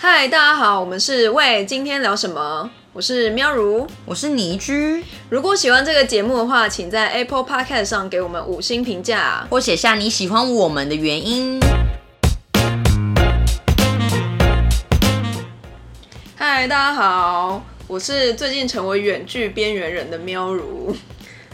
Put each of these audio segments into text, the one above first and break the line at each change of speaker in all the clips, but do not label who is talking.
嗨，大家好，我们是喂，今天聊什么？我是喵如。
我是倪居，
如果喜欢这个节目的话，请在 Apple Podcast 上给我们五星评价。
或写下你喜欢我们的原因。
嗨，大家好，我是最近成为远距边缘人的喵如。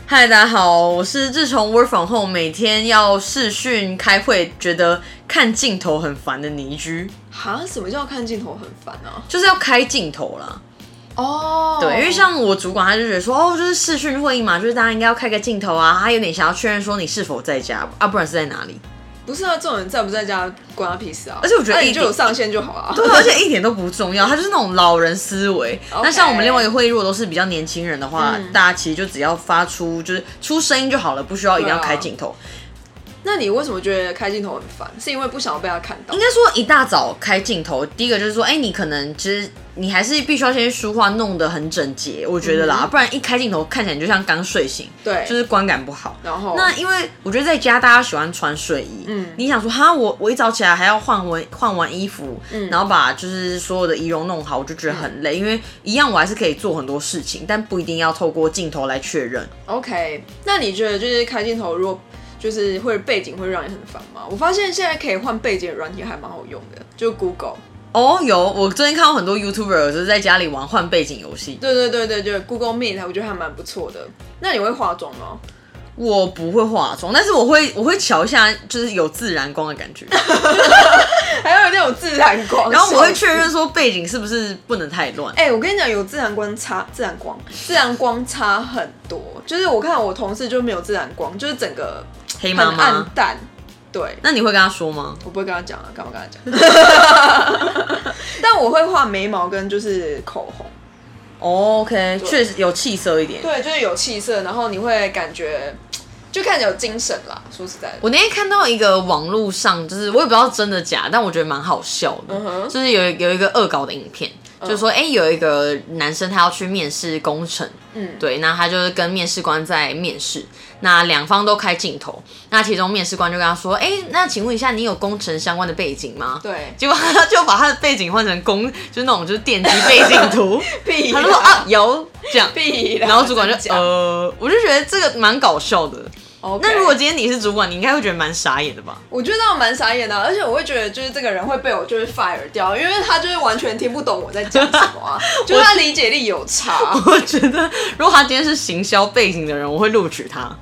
嗨，大家好，我是自从 work from home 每天要视讯开会，觉得看镜头很烦的倪居，
哈，什么叫看镜头很烦啊？
就是要开镜头啦。
哦，
对，因为像我主管他就觉得说，哦，就是视讯会议嘛，就是大家应该要开个镜头啊，他有点想要确认说你是否在家啊，不然是在哪里。
不是啊，这种人在不在家关他屁事啊！
而且我觉得
那你
一
就
点
有上线就好啊。
对，而且一点都不重要，他就是那种老人思维。那像我们另外一个会议，如果都是比较年轻人的话，大家其实就只要发出就是出声音就好了，不需要一定要开镜头。
那你为什么觉得开镜头很烦？是因为不想要被他看到
应？该说一大早开镜头，第一个就是说，哎、你可能其实你还是必须要先梳化弄得很整洁，我觉得啦，不然一开镜头看起来你就像刚睡醒，
对
就是观感不好。
然后
那因为我觉得在家大家喜欢穿睡衣，嗯，你想说哈，我我一早起来还要换完换完衣服，嗯，然后把就是所有的仪容弄好，我就觉得很累，因为一样我还是可以做很多事情，但不一定要透过镜头来确认。
OK，那你觉得就是开镜头，如果就是会背景会让你很烦吗？我发现现在可以换背景的软体还蛮好用的，就 Google。
哦，有，我最近看到很多 YouTuber 就是在家里玩换背景游戏，
对对对对对，Google Meet，我觉得还蛮不错的。那你会化妆 吗？
我不会化妆，但是我会我会瞧一下，就是有自然光的感觉，
还要有那种自然光，
然后 我会
笑死
确。认说背景是不是不能太乱。
哎、我跟你讲，有自然光差，自然光，自然光差很多。就是我看我同事就没有自然光，就是整个
黑
很
妈妈
暗，淡。对，
那你会跟他说吗？
我不会跟他讲啊，干嘛跟他讲？ 但我会画眉毛跟就是口红。
哦 OK，确实有气色一点。
对，就是有气色，然后你会感觉就看起来有精神啦。说实在的，
我那天看到一个网络上，就是我也不知道真的假，但我觉得蛮好笑的
哼
就是有有一个恶搞的影片，就是说，哎、有一个男生他要去面试工程，
嗯，
对，那他就是跟面试官在面试，那两方都开镜头，那其中面试官就跟他说，哎、那请问一下，你有工程相关的背景吗？。
对，
结果他就把他的背景换成工，就是那种就是电机背景 图，
屁
他就说啊有这 样，
屁啦，
然后主管
真
就
假的
呃，我就觉得这个蛮搞笑的。
OK
那如果今天你是主管，你应该会觉得蛮傻眼的吧？ ，
我觉得我蛮傻眼的啊，而且我会觉得就是这个人会被我就是 fire 掉，因为他就是完全听不懂我在讲什么啊，就是他理解力有差啊
我觉得如果他今天是行销背景的人，我会录取他。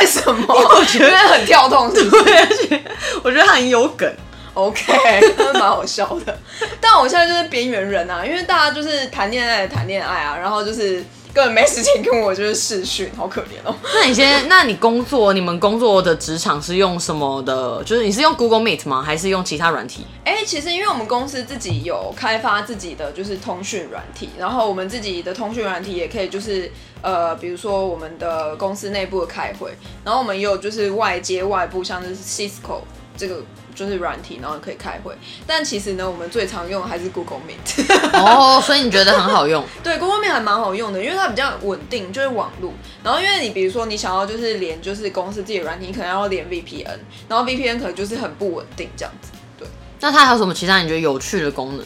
为什么？我
觉得
很跳动，是不是
对，啊而且我觉得他很有梗。
？OK，真的蛮好笑的。但我现在就是边缘人啊，因为大家就是谈恋爱的谈恋爱啊，然后就是根本没时间跟我就是视讯，好可怜哦。
那你先，那你工作，你们工作的职场是用什么的？就是你是用 Google Meet 吗？还是用其他软 体？
哎、其实因为我们公司自己有开发自己的就是通讯软体，然后我们自己的通讯软体也可以就是呃，比如说我们的公司内部的开会，然后我们也有就是外接外部，像是 Cisco 这个就是软体，然后可以开会。但其实呢，我们最常用的还是 Google Meet。
哦，所以你觉得很好用？
对，Google Meet 还蛮好用的，因为它比较稳定，就是网路。然后因为你比如说你想要就是连就是公司自己的软体，你可能要连 VPN，然后 VPN 可能就是很不稳定这样子。
那它还有什么其他你觉得有趣的功能？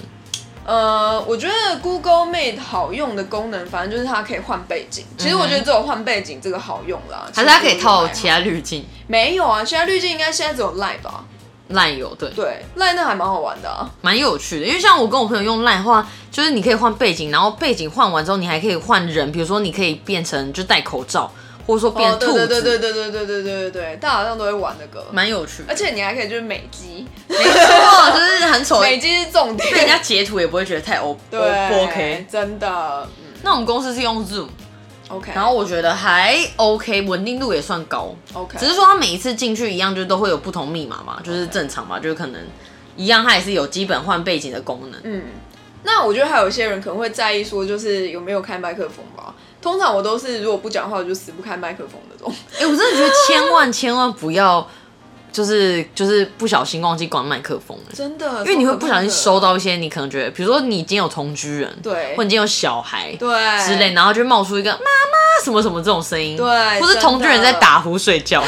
呃，我觉得 Google Mate 好用的功能，反正就是它可以换背景。其实我觉得只有换背景这个好用啦，
还是它可以套
其实
其他滤镜？
我没有没有啊，现在滤镜应该现在只有 Line 吧？
烂友对，
对，Line 那还蛮好玩的、啊。
蛮有趣的。因为像我跟我朋友用烂的话，就是你可以换背景，然后背景换完之后，你还可以换人，比如说你可以变成就戴口罩，或者说变
哦，对
兔子，
对对对对对对对对对对，大家好像都会玩那个，
蛮有趣 的
而。且你还可以就是美肌，
没错，就是很丑，
美肌是重
被人
点。
家截图也不会觉得太 O
对
O OK。
真的，嗯
那我们公司是用 Zoom，
，OK，
然后我觉得还 OK，稳定度也算高。
OK，
只是说他每一次进去一样，就都会有不同密码嘛，就是正常嘛，就是可能一样，它也是有基本换背景的功能。
嗯，那我觉得还有一些人可能会在意说，就是有没有开麦克风吧。通常我都是如果不讲话，我就死不开麦克风那种。
哎、我真的觉得千万千万不要，就是就是不小心忘记关麦克风、欸，
真的，
因为你会不小心收
到
到一些你可能觉得，比如说你已经有同居人，
对
或你已经有小孩，
对
之类，。然后就冒出一个妈妈什么什么这种声音，
对
或是同居人在打呼睡觉，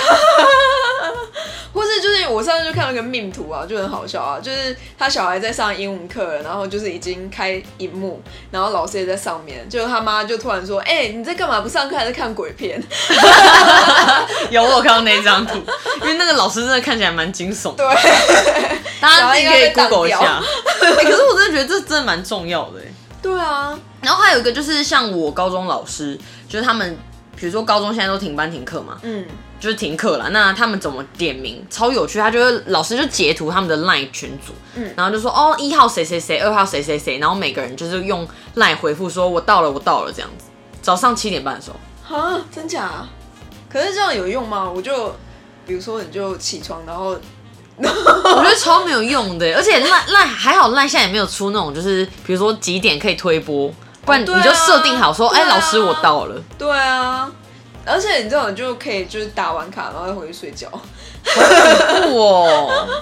或是就是我我上次就看到一个命图啊，就很好笑啊，就是他小孩在上英文课了，然后就是已经开荧幕，然后老师也在上面，就他妈就突然说：“哎、你在干嘛？不上课还在看鬼 片
有我有看到那张图，因为那个老师真的看起来蛮惊悚？”
对
的，，大家
小孩
自己可以
应该被当
Google 一下
掉。
欸可是我真的觉得这真的蛮重要的欸。
对啊，
然后还有一个就是像我高中老师，就是他们，比如说高中现在都停班停课嘛，
嗯，
就是停课了。那他们怎么点名？超有趣，他就会老师就截图他们的 LINE 群组，
嗯
然后就说哦一号谁谁谁，二号谁谁谁，然后每个人就是用 LINE 回复说我到了，我到了这样子。早上七点半的时候，
哈，真假、啊？可是这样有用吗？我就比如说你就起床，然后
我觉得超没有用的，而且赖赖还好赖现在也没有出那种就是比如说几点可以推播，不然你
对啊
就设定好说，
对
哎、
啊
老师我到了，
对啊，而且你这种就可以就是打完卡，然后再回去睡觉。
哇！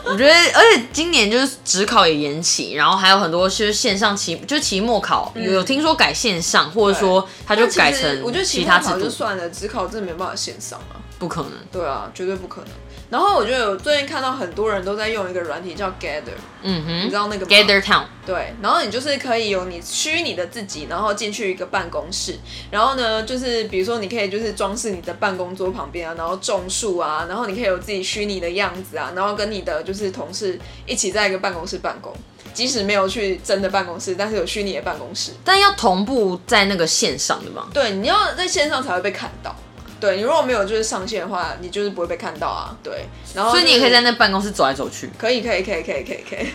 我觉得，而且今年就是职考也延期，然后还有很多就是线上期，就期末考、有听说改线上，或者说他就
但其实
改成
我觉得期
其
末
他制
考就
度，
算了，只考真的没办法线上啊。
不可能。
对啊，绝对不可能。然后我觉得我最近看到很多人都在用一个软体叫 Gather，
嗯
你知
哼
道那个吗
，Gather Town，
对，然后你就是可以有你虚拟的自己，然后进去一个办公室，然后呢，就是比如说你可以就是装饰你的办公桌旁边啊，然后种树啊，然后你可以有自己虚拟的样子啊，然后跟你的就是同事一起在一个办公室办公，即使没有去真的办公室，但是有虚拟的办公室。
但要同步在那个线上的嘛。
对，你要在线上才会被看到。对你如果没有就是上线的话，你就是不会被看到啊。对，然后
所以你也
就
可
是
以在那办公室走来走去，
可以可以可以可以可以可以，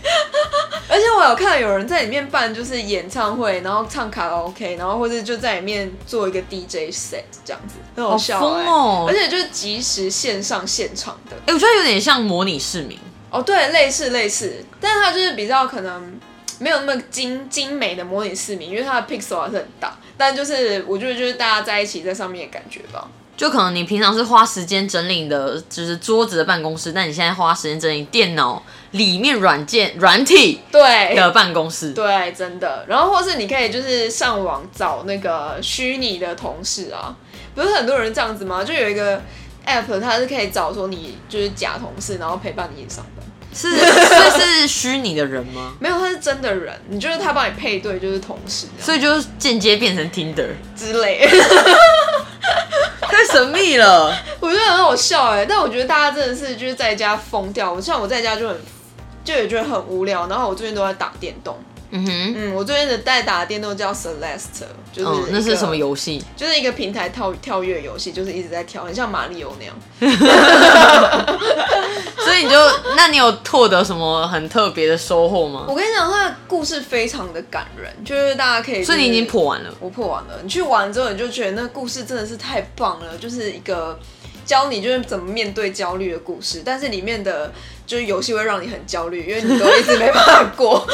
而且我有看有人在里面办就是演唱会，然后唱卡拉 OK，然后或者就在里面做一个 DJ set 这样子，很好笑、
好
欸、
疯哦
而且就是即时线上现场的，
哎、我觉得有点像模拟市民，
哦对，类似类似，但是它就是比较可能没有那么精精美的模拟市民，因为它的 pixel 还是很大，但就是我觉得就是大家在一起在上面的感觉吧，
就可能你平常是花时间整理你的就是桌子的办公室，但你现在花时间整理电脑里面软件软体
对，
的办公室。
对，真的。然后或是你可以就是上网找那个虚拟的同事啊，不是很多人这样子吗？就有一个 app，它是可以找说你就是假同事，然后陪伴你上班。
是所以是虚拟的人吗？
没有，他是真的人，你就是他帮你配对，就是同事这样
所以就间接变成 Tinder，
之类 的。
太神秘了。
我觉得很好笑哎、但我觉得大家真的是就是在家疯掉。我像我在家就很就也觉得很无聊，然后我最近都在打电动。
嗯哼，
嗯，我最近的在打的电动叫 Celeste，就是、
嗯，那是什么游戏？
就是一个平台跳跳跃游戏，就是一直在跳，很像马里欧那样。
所以你就，那你有获得什么很特别的收获吗？
我跟你讲，它的故事非常的感人，就是大家可以、
所以你已经，破完了。
我破完了。你去玩之后，你就觉得那故事真的是太棒了，就是一个教你就是怎么面对焦虑的故事，但是里面的。就是游戏会让你很焦虑，因为你都一直没办法过，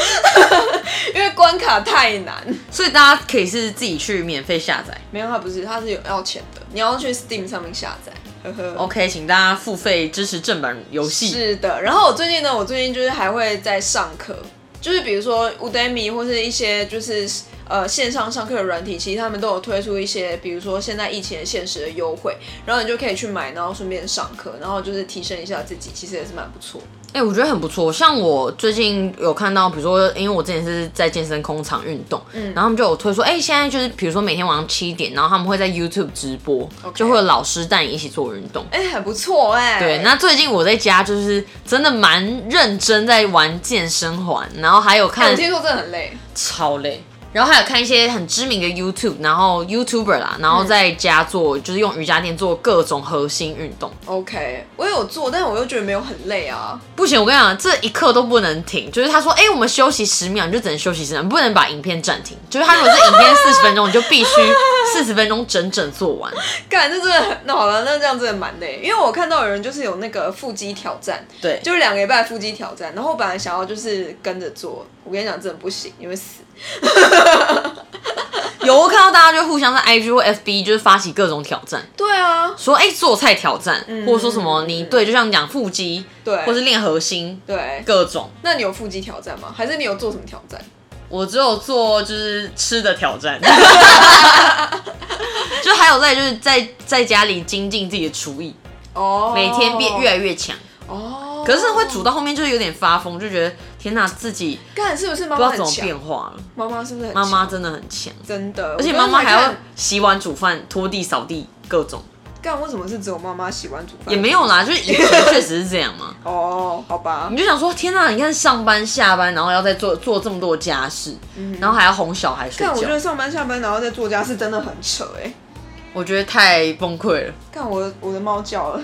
因为关卡太难。
所以大家可以是自己去免费下载。
没有，它不是，它是有要钱的，你要去 Steam 上面下载。呵呵。
OK，请大家付费支持正版游戏。
是的，然后我最近呢，我最近就是还会在上课，就是比如说 Udemy 或是一些就是呃线上上课的软体，其实他们都有推出一些，比如说现在疫情的限时的优惠，然后你就可以去买，然后顺便上课，然后就是提升一下自己，其实也是蛮不错的。
哎、我觉得很不错。像我最近有看到，比如说，因为我之前是在健身工厂运动，然后他们就有推说，哎、现在就是比如说每天晚上七点，然后他们会在 YouTube 直播
OK
就会有老师带你一起做运动。
哎、很不错哎、
对，那最近我在家就是真的蛮认真在玩健身环，然后还有
哎
看
我听说真的很累，
超累，然后还有看一些很知名的 YouTube，然后 YouTuber 啦，然后在家做、就是用瑜伽垫做各种核心运动。
OK，我有做，但我又觉得没有很累啊。
不行，我跟你讲，这一刻都不能停。就是他说，哎、我们休息十秒，你就只能休息十秒，你不能把影片暂停。就是他如果是影片四十分钟，你就必须四十分钟整整做完。
干，这真的很，那好了，那这样真的蛮累，因为我看到有人就是有那个腹肌挑战，
对
就是两个礼拜腹肌挑战，然后我本来想要就是跟着做，我跟你讲真的不行，你会死。
有我看到大家就互相在 IG 或 FB 就是发起各种挑战，
对啊，
说哎、做菜挑战，
嗯
或者说什么你对，就像讲腹肌，
对
或是练核心，
对，
各种。
那你有腹肌挑战吗？还是你有做什么挑战？
我只有做就是吃的挑 战，就还有在就是在在家里精进自己的厨艺，
哦，
每天变越来越强。
哦。
可是会煮到后面就是有点发疯，就觉得天哪，自己
干是不是妈
不
妈
知道怎
很
么
强？
变化了。
妈妈是不是很
妈妈
强
真的很强，
真的？
而且
我
妈
刚
妈
才
还要
看
洗碗、煮饭、拖地、扫地各种，
干，为什么是只有妈妈喜欢煮饭？
也没有啦，就是以前确实是这样嘛。
哦，好吧
你，就想说，天哪！你看上班下班，然后要再做做这么多家事，然后还要哄小孩睡
干，嗯
觉
啊我觉，得上班下班然后在做家事真的很扯哎、欸。
我觉得太崩溃了。
干，我的我的猫叫 了。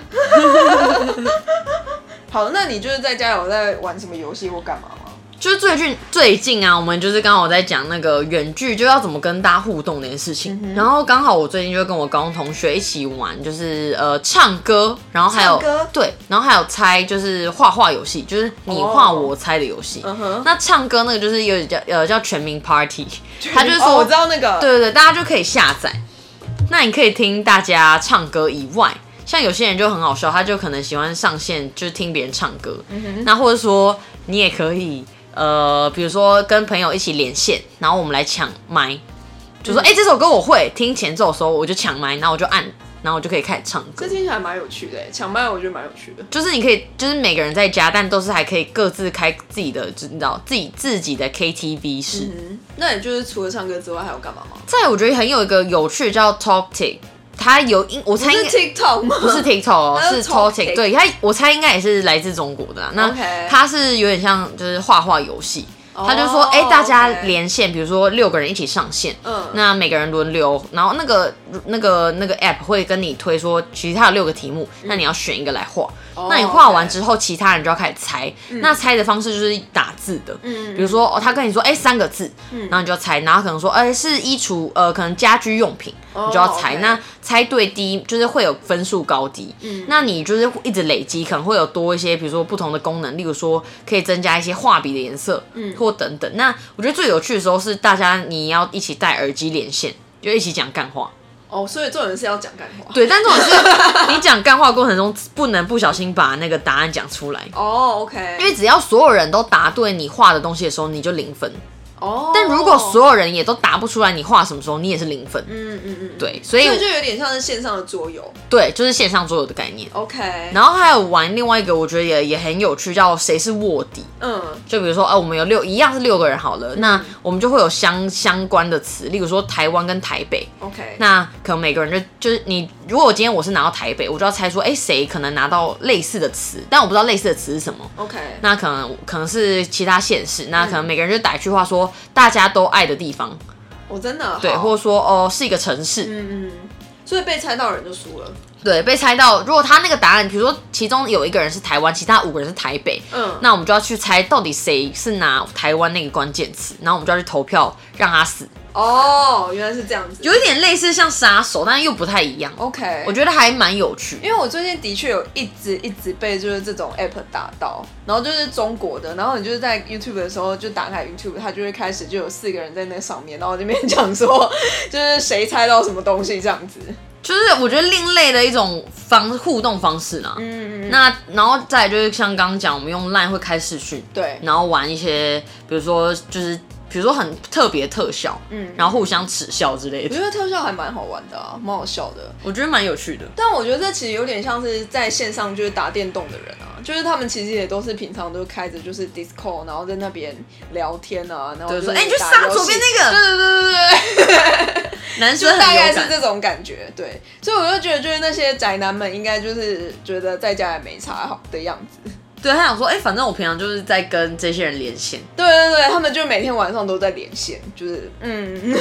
好，那你就是在家有在玩什么游戏或干嘛吗？
就是最近最近啊，我们就是刚好在讲那个远距就要怎么跟大家互动这件事情。
嗯
然后刚好我最近就跟我高中同学一起玩，就是呃唱歌，然后还有
唱歌
对，然后还有猜就是画画游戏，就是你画我猜的游戏。
哦嗯哼，
那唱歌那个就是有叫呃叫全民 Party，他就是
哦
说、
我知道那个，
对对对，大家就可以下载。那你可以听大家唱歌以外，像有些人就很好笑，他就可能喜欢上线就是听别人唱歌，那或者说你也可以呃，比如说跟朋友一起连线，然后我们来抢麦，就说哎、诶这首歌我会，听前奏的时候我就抢麦，然后我就按，然后我就可以开始唱歌
这。听起来蛮有趣的、欸，抢麦我觉得蛮有趣的。
就是你可以，就是每个人在家，但都是还可以各自开自己的，就你知道自己自己的 KTV 室。
嗯，那你就是除了唱歌之外还有干嘛吗？
再我觉得很有一个有趣叫 Talk Tik，它有应我猜
不
应
是
该
TikTok 吗？
不是 TikTok，哦
它是
是 Talk
Talk Tik
Tik，对它我猜应该也是来自中国的啦。啊那
OK
它是有点像就是画画游戏。
哦
他就说，哎、大家
OK
连线，比如说六个人一起上线，
嗯
那每个人轮流，然后那个那个那个 app 会跟你推说，其实它有六个题目，
嗯
那你要选一个来画。
哦
那你画完之后，其他人就要开始猜。那猜的方式就是打字的，
嗯
比如说哦，他跟你说，哎、三个字，然后你就要猜，然后可能说，哎、是衣橱，呃，可能家居用品，
哦
你就要猜。
OK
那猜对低，就是会有分数高低。嗯，那你就是一直累积，可能会有多一些，比如说不同的功能，例如说可以增加一些画笔的颜色，嗯，或等等。那我觉得最有趣的时候是大家你要一起戴耳机连线，就一起讲干话。
哦，所以重点是要讲干话。
对，但重点是你讲干话的过程中，不能不小心把那个答案讲出来。
哦，OK、o
因
k
为只要所有人都答对你画的东西的时候，你就零分；
哦，
但如果所有人也都答不出来你画什么时候，你也是零分。
嗯嗯嗯，嗯，
对，所以
所以就有点像是线上的桌游
对，就是线上桌游的概念。
，OK，
然后还有玩另外一个，我觉得也也很有趣，叫谁是卧底。
嗯，
就比如说，呃，我们有六一样是六个人好了，那我们就会有相相关的词，例如说台湾跟台北，
OK，
那可能每个人就就是你，如果今天我是拿到台北，我就要猜说，哎、谁可能拿到类似的词，但我不知道类似的词是什么。
OK，
那可能可能是其他县市，那
嗯
可能每个人就打一句话说大家都爱的地方，
我哦真的啊
对，
好
或者说哦是一个城市，
嗯嗯，所以被猜到的人就输了，
对，被猜到。如果他那个答案，比如说其中有一个人是台湾，其他五个人是台北，
嗯，
那我们就要去猜到底谁是拿台湾那个关键词，然后我们就要去投票让他死，
哦，原来是这样子
有一点类似像杀手，但又不太一样。
，OK，
我觉得还蛮有趣。
因为我最近的确有一直一直被就是这种 app 打到，然后就是中国的，然后你就是在 YouTube 的时候就打开 YouTube，它就会开始就有四个人在那上面，然后那边讲说就是谁猜到什么东西这样子。
就是我觉得另类的一种方互动方式啦。
嗯，
那然后再来就是像刚刚讲，我们用 LINE 会开视讯，
对，
然后玩一些，比如说就是比如说很特别特效，
嗯
然后互相耻笑之类
我
的，
觉得特效还蛮好玩的啊，蛮好笑的。
我觉得蛮有趣的。
但我觉得这其实有点像是在线上就是打电动的人啊，就是他们其实也都是平常都开着就是 Discord，然后在那边聊天啊，然后
就是是说，哎、你去
打
杀
游戏
左边那
对
个
对对对对。
男
就
生很
大概
有
是
感，
这种感觉，对，所以我就觉得，就是那些宅男们应该就是觉得在家也没差好的样子，
对他想说，哎、反正我平常就是在跟这些人连线，
对对对，他们就每天晚上都在连线，就是嗯，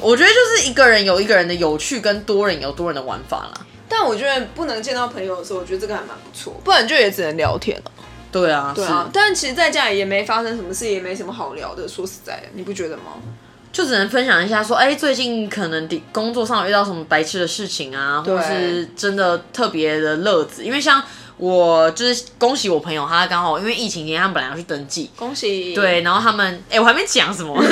我觉得就是一个人有一个人的有趣，跟多人有多人的玩法啦。
但我觉得不能见到朋友的时候，我觉得这个还蛮不错，不然就也只能聊天了，
对啊，
对啊，但其实在家里也没发生什么事，也没什么好聊的，说实在的，你不觉得吗？
是就只能分享一下说，哎、最近可能的工作上有遇到什么白痴的事情啊，
对
或是真的特别的乐子，因为像。我就是恭喜我朋友，他刚好因为疫情期间，他们本来要去登记，
恭喜，
对，然后他们，哎、我还没讲什么，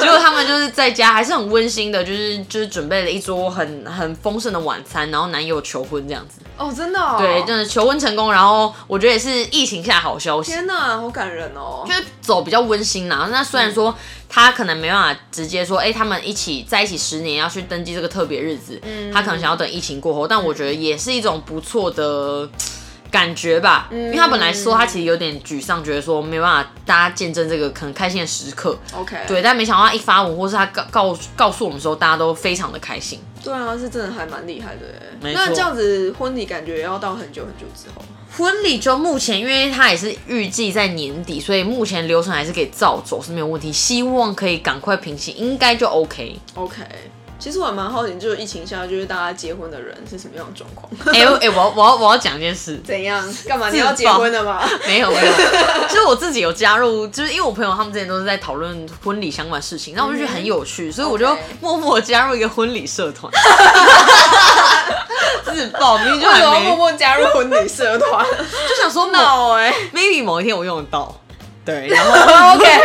结果他们就是在家还是很温馨的，就是就是准备了一桌很很丰盛的晚餐，然后男友求婚这样子，
哦，真的、哦，
对，真的求婚成功，然后我觉得也是疫情下好消息。
天哪，好感人哦，
就是走比较温馨啦。那虽然
嗯
说他可能没办法直接说，哎、他们一起在一起十年要去登
嗯
记这个特别日子，他可能想要等疫情过后，但我觉得也是一种不错的呃感觉吧，因
嗯
为他本来说他其实有点沮丧，觉得说没办法大家见证这个可能开心的时刻，
OK，
对，但没想到他一发文或是他告告告诉我们的时候，大家都非常的开心。
对啊，是真的还蛮厉害的耶。
没
那
错
这样子婚礼感觉也要到很久很久之后。
婚礼就目前，因为它也是预计在年底，所以目前流程还是可以照走是没有问题，希望可以赶快平息，应该 就 OK。
OK，其实我还蛮好奇，就是疫情下就是大家结婚的人是什么样的状况？
哎、我哎、我要我要我要讲一件事，
怎样？干嘛？
自
你要结
爆
婚了吗？
没有 没有，就是我自己有加入，就是因为我朋友他们之前都是在讨论婚礼相关事情，然后我就觉得很有趣，所以我就
嗯 OK
默默加入一个婚礼 社团，自爆，明明就
为
还
什么默
没，
默加入婚礼社团？
就想说 某
闹 哎
maybe 某一天我用得到，对，然后
，OK，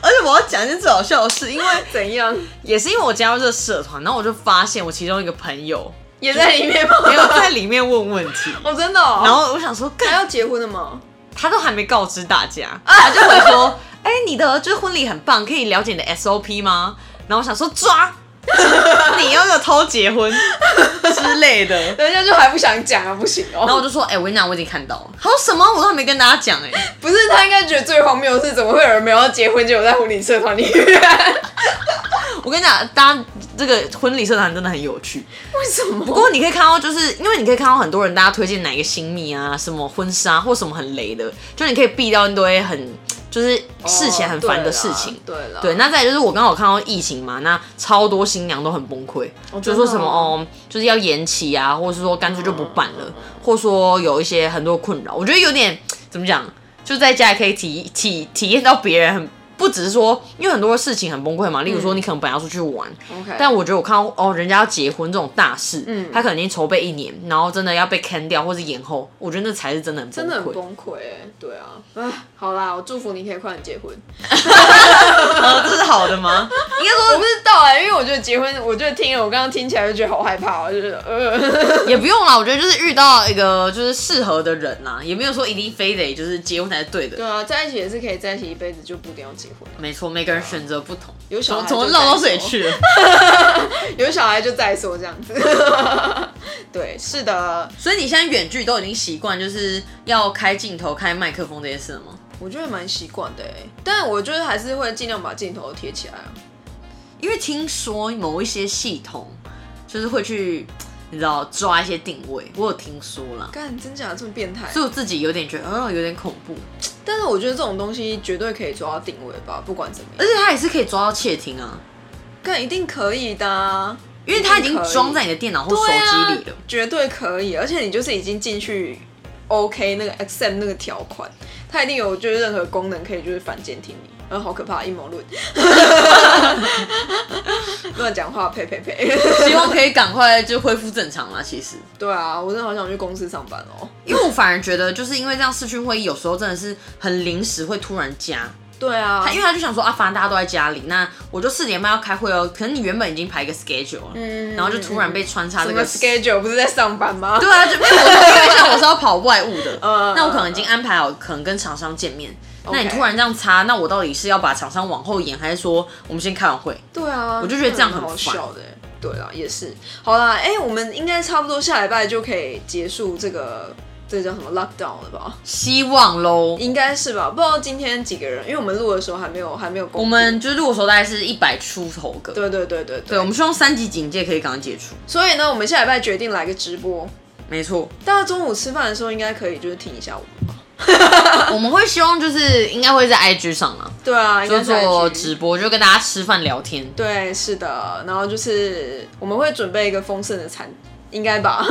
而且我要讲一件最好笑的事，因为
怎样？
也是因为我加入这个社团，然后我就发现我其中一个朋友
也在里面吗？
没有在里面问问题，
哦，真的、哦。
然后我想说，
还
干
要结婚了吗？
他都还没告知大家，他就会说，哎、你的就是婚礼很棒，可以了解你的 SOP 吗？然后我想说抓，你要有偷结婚之类的。
等一下就还不想讲啊，不行哦。
然后我就说，哎、我跟你讲，我已经看到了。他说什么？我都还没跟大家讲哎、
不是他应该觉得最荒谬的是，怎么会有人没有要结婚，结果在婚礼社团里面？
我跟你讲，大家这个婚礼社团真的很有趣。
为什么？
不过你可以看到，就是因为你可以看到很多人，大家推荐哪一个新密啊，什么婚纱或什么很雷的，就你可以避掉一堆很就是事前很烦的事情。
哦对了，
对，啊那再来就是我刚好看到疫情嘛，那超多新娘都很崩溃，就说什么哦，就是要延期啊，或者是说干脆就不办了，或说有一些很多困扰，我觉得有点怎么讲，就在家也可以体体体验到别人很。不只是说，因为很多事情很崩溃嘛，例如说你可能本来要出去玩，
OK，
但我觉得我看到哦，人家要结婚这种大事，
嗯
他可能已经筹备一年，然后真的要被坑掉或是延后，我觉得那才是真的很
真的很
崩溃。
崩溃哎。对啊，啊，好啦，我祝福你可以快点结婚。
呃这是好的吗？应该
我不知道哎、因为我觉得结婚，我觉得听了，我刚刚听起来就觉得好害怕哦，就是呃，
说 也不用啦，我觉得就是遇到一个就是适合的人啦，也没有说一定非得就是结婚才是对的。
对啊，在一起也是可以在一起一辈子，就不一定要结婚。
没错，每个人选择不同。
有小孩
从从
就
绕到
再
水
说
去 了，
有小孩就再说这样子。 对，是的，
所以你现在远距都已经习惯，就是要开镜头、开麦克风这些事了吗？
我觉得蛮习惯的哎，但我就是还是会尽量把镜头贴起来啊。
因为听说某一些系统就是会去，你知道抓一些定位，我有听说啦。
干，真假的这么变态？
所以我自己有点觉得，哦，有点恐怖，
但是我觉得这种东西绝对可以抓到定位吧，不管怎么
而
样，
且它也是可以抓到窃听啊，
干一定可以的啊、
因为它已经装在你的电脑或手
对啊
机里了。
绝对可以，而且你就是已经进去 OK 那个 accept 那个条款，它一定有就是任何功能可以就是反监听你，呃，好可怕，阴谋论， 乱讲话，呸呸呸，
希望可以赶快就恢复正常啦。其实，
对啊，我真的好想去公司上班哦，
因为我反而觉得，就是因为这样视讯会议有时候真的是很临时，会突然加。
对啊
他，因为他就想说啊，反正大家都在家里，那我就四点半要开会哦。可能你原本已经排一个 schedule 了，
嗯
然后就突然被穿插这
什么
个
schedule 不是在上班吗？
对啊，就因为我说，因为像我是要跑外务的，
嗯
那我可能已经安排好，可能跟厂商见面。那你
OK
突然这样插，那我到底是要把厂商往后延，还是说我们先开完会？
对啊，我
就觉得这样很
好
烦
笑的欸。对啦，也是。好啦，哎、我们应该差不多下礼拜就可以结束这个，这叫什么 lockdown 了吧？
希望喽。
应该是吧？不知道今天几个人，因为我们录的时候还没有还没有公布。
我们就是录的时候大概是一百出头个，对，
对对对对对。
我们希望三级警戒可以赶快解除。
所以呢，我们下礼拜决定来个直播，
没错，
大家中午吃饭的时候应该可以就是听一下我们吧。
我们会希望就是应该会在 IG 上啊，
对啊，应
就
该在
做
IG
直播，就跟大家吃饭 聊天。
对，是的。然后就是我们会准备一个丰盛的餐，应该 吧？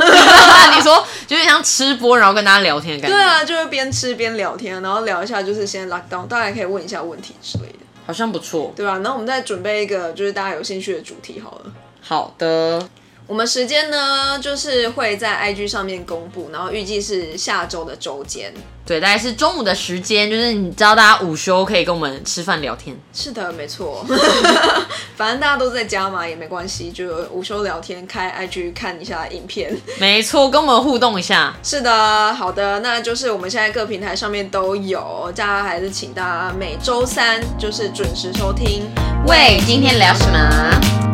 你说就是像吃播，然后跟大家聊天的感觉。
对啊，就是边吃边聊天，然后聊一下就是先 lockdown，大家也可以问一下问题之类的。
好像不错。
对啊吧、然后我们再准备一个就是大家有兴趣的主题好了。
好的，
我们时间呢，就是会在 IG 上面公布，然后预计是下周的周间。
对，大概是中午的时间，就是你知道大家午休可以跟我们吃饭聊天。
是的，没错。反正大家都在家嘛，也没关系，就午休聊天，开 IG 看一下影片。
没错，跟我们互动一下。
是的，好的，那就是我们现在各平台上面都有，大家还是请大家每周三就是准时收听。
喂，今天聊什么？啊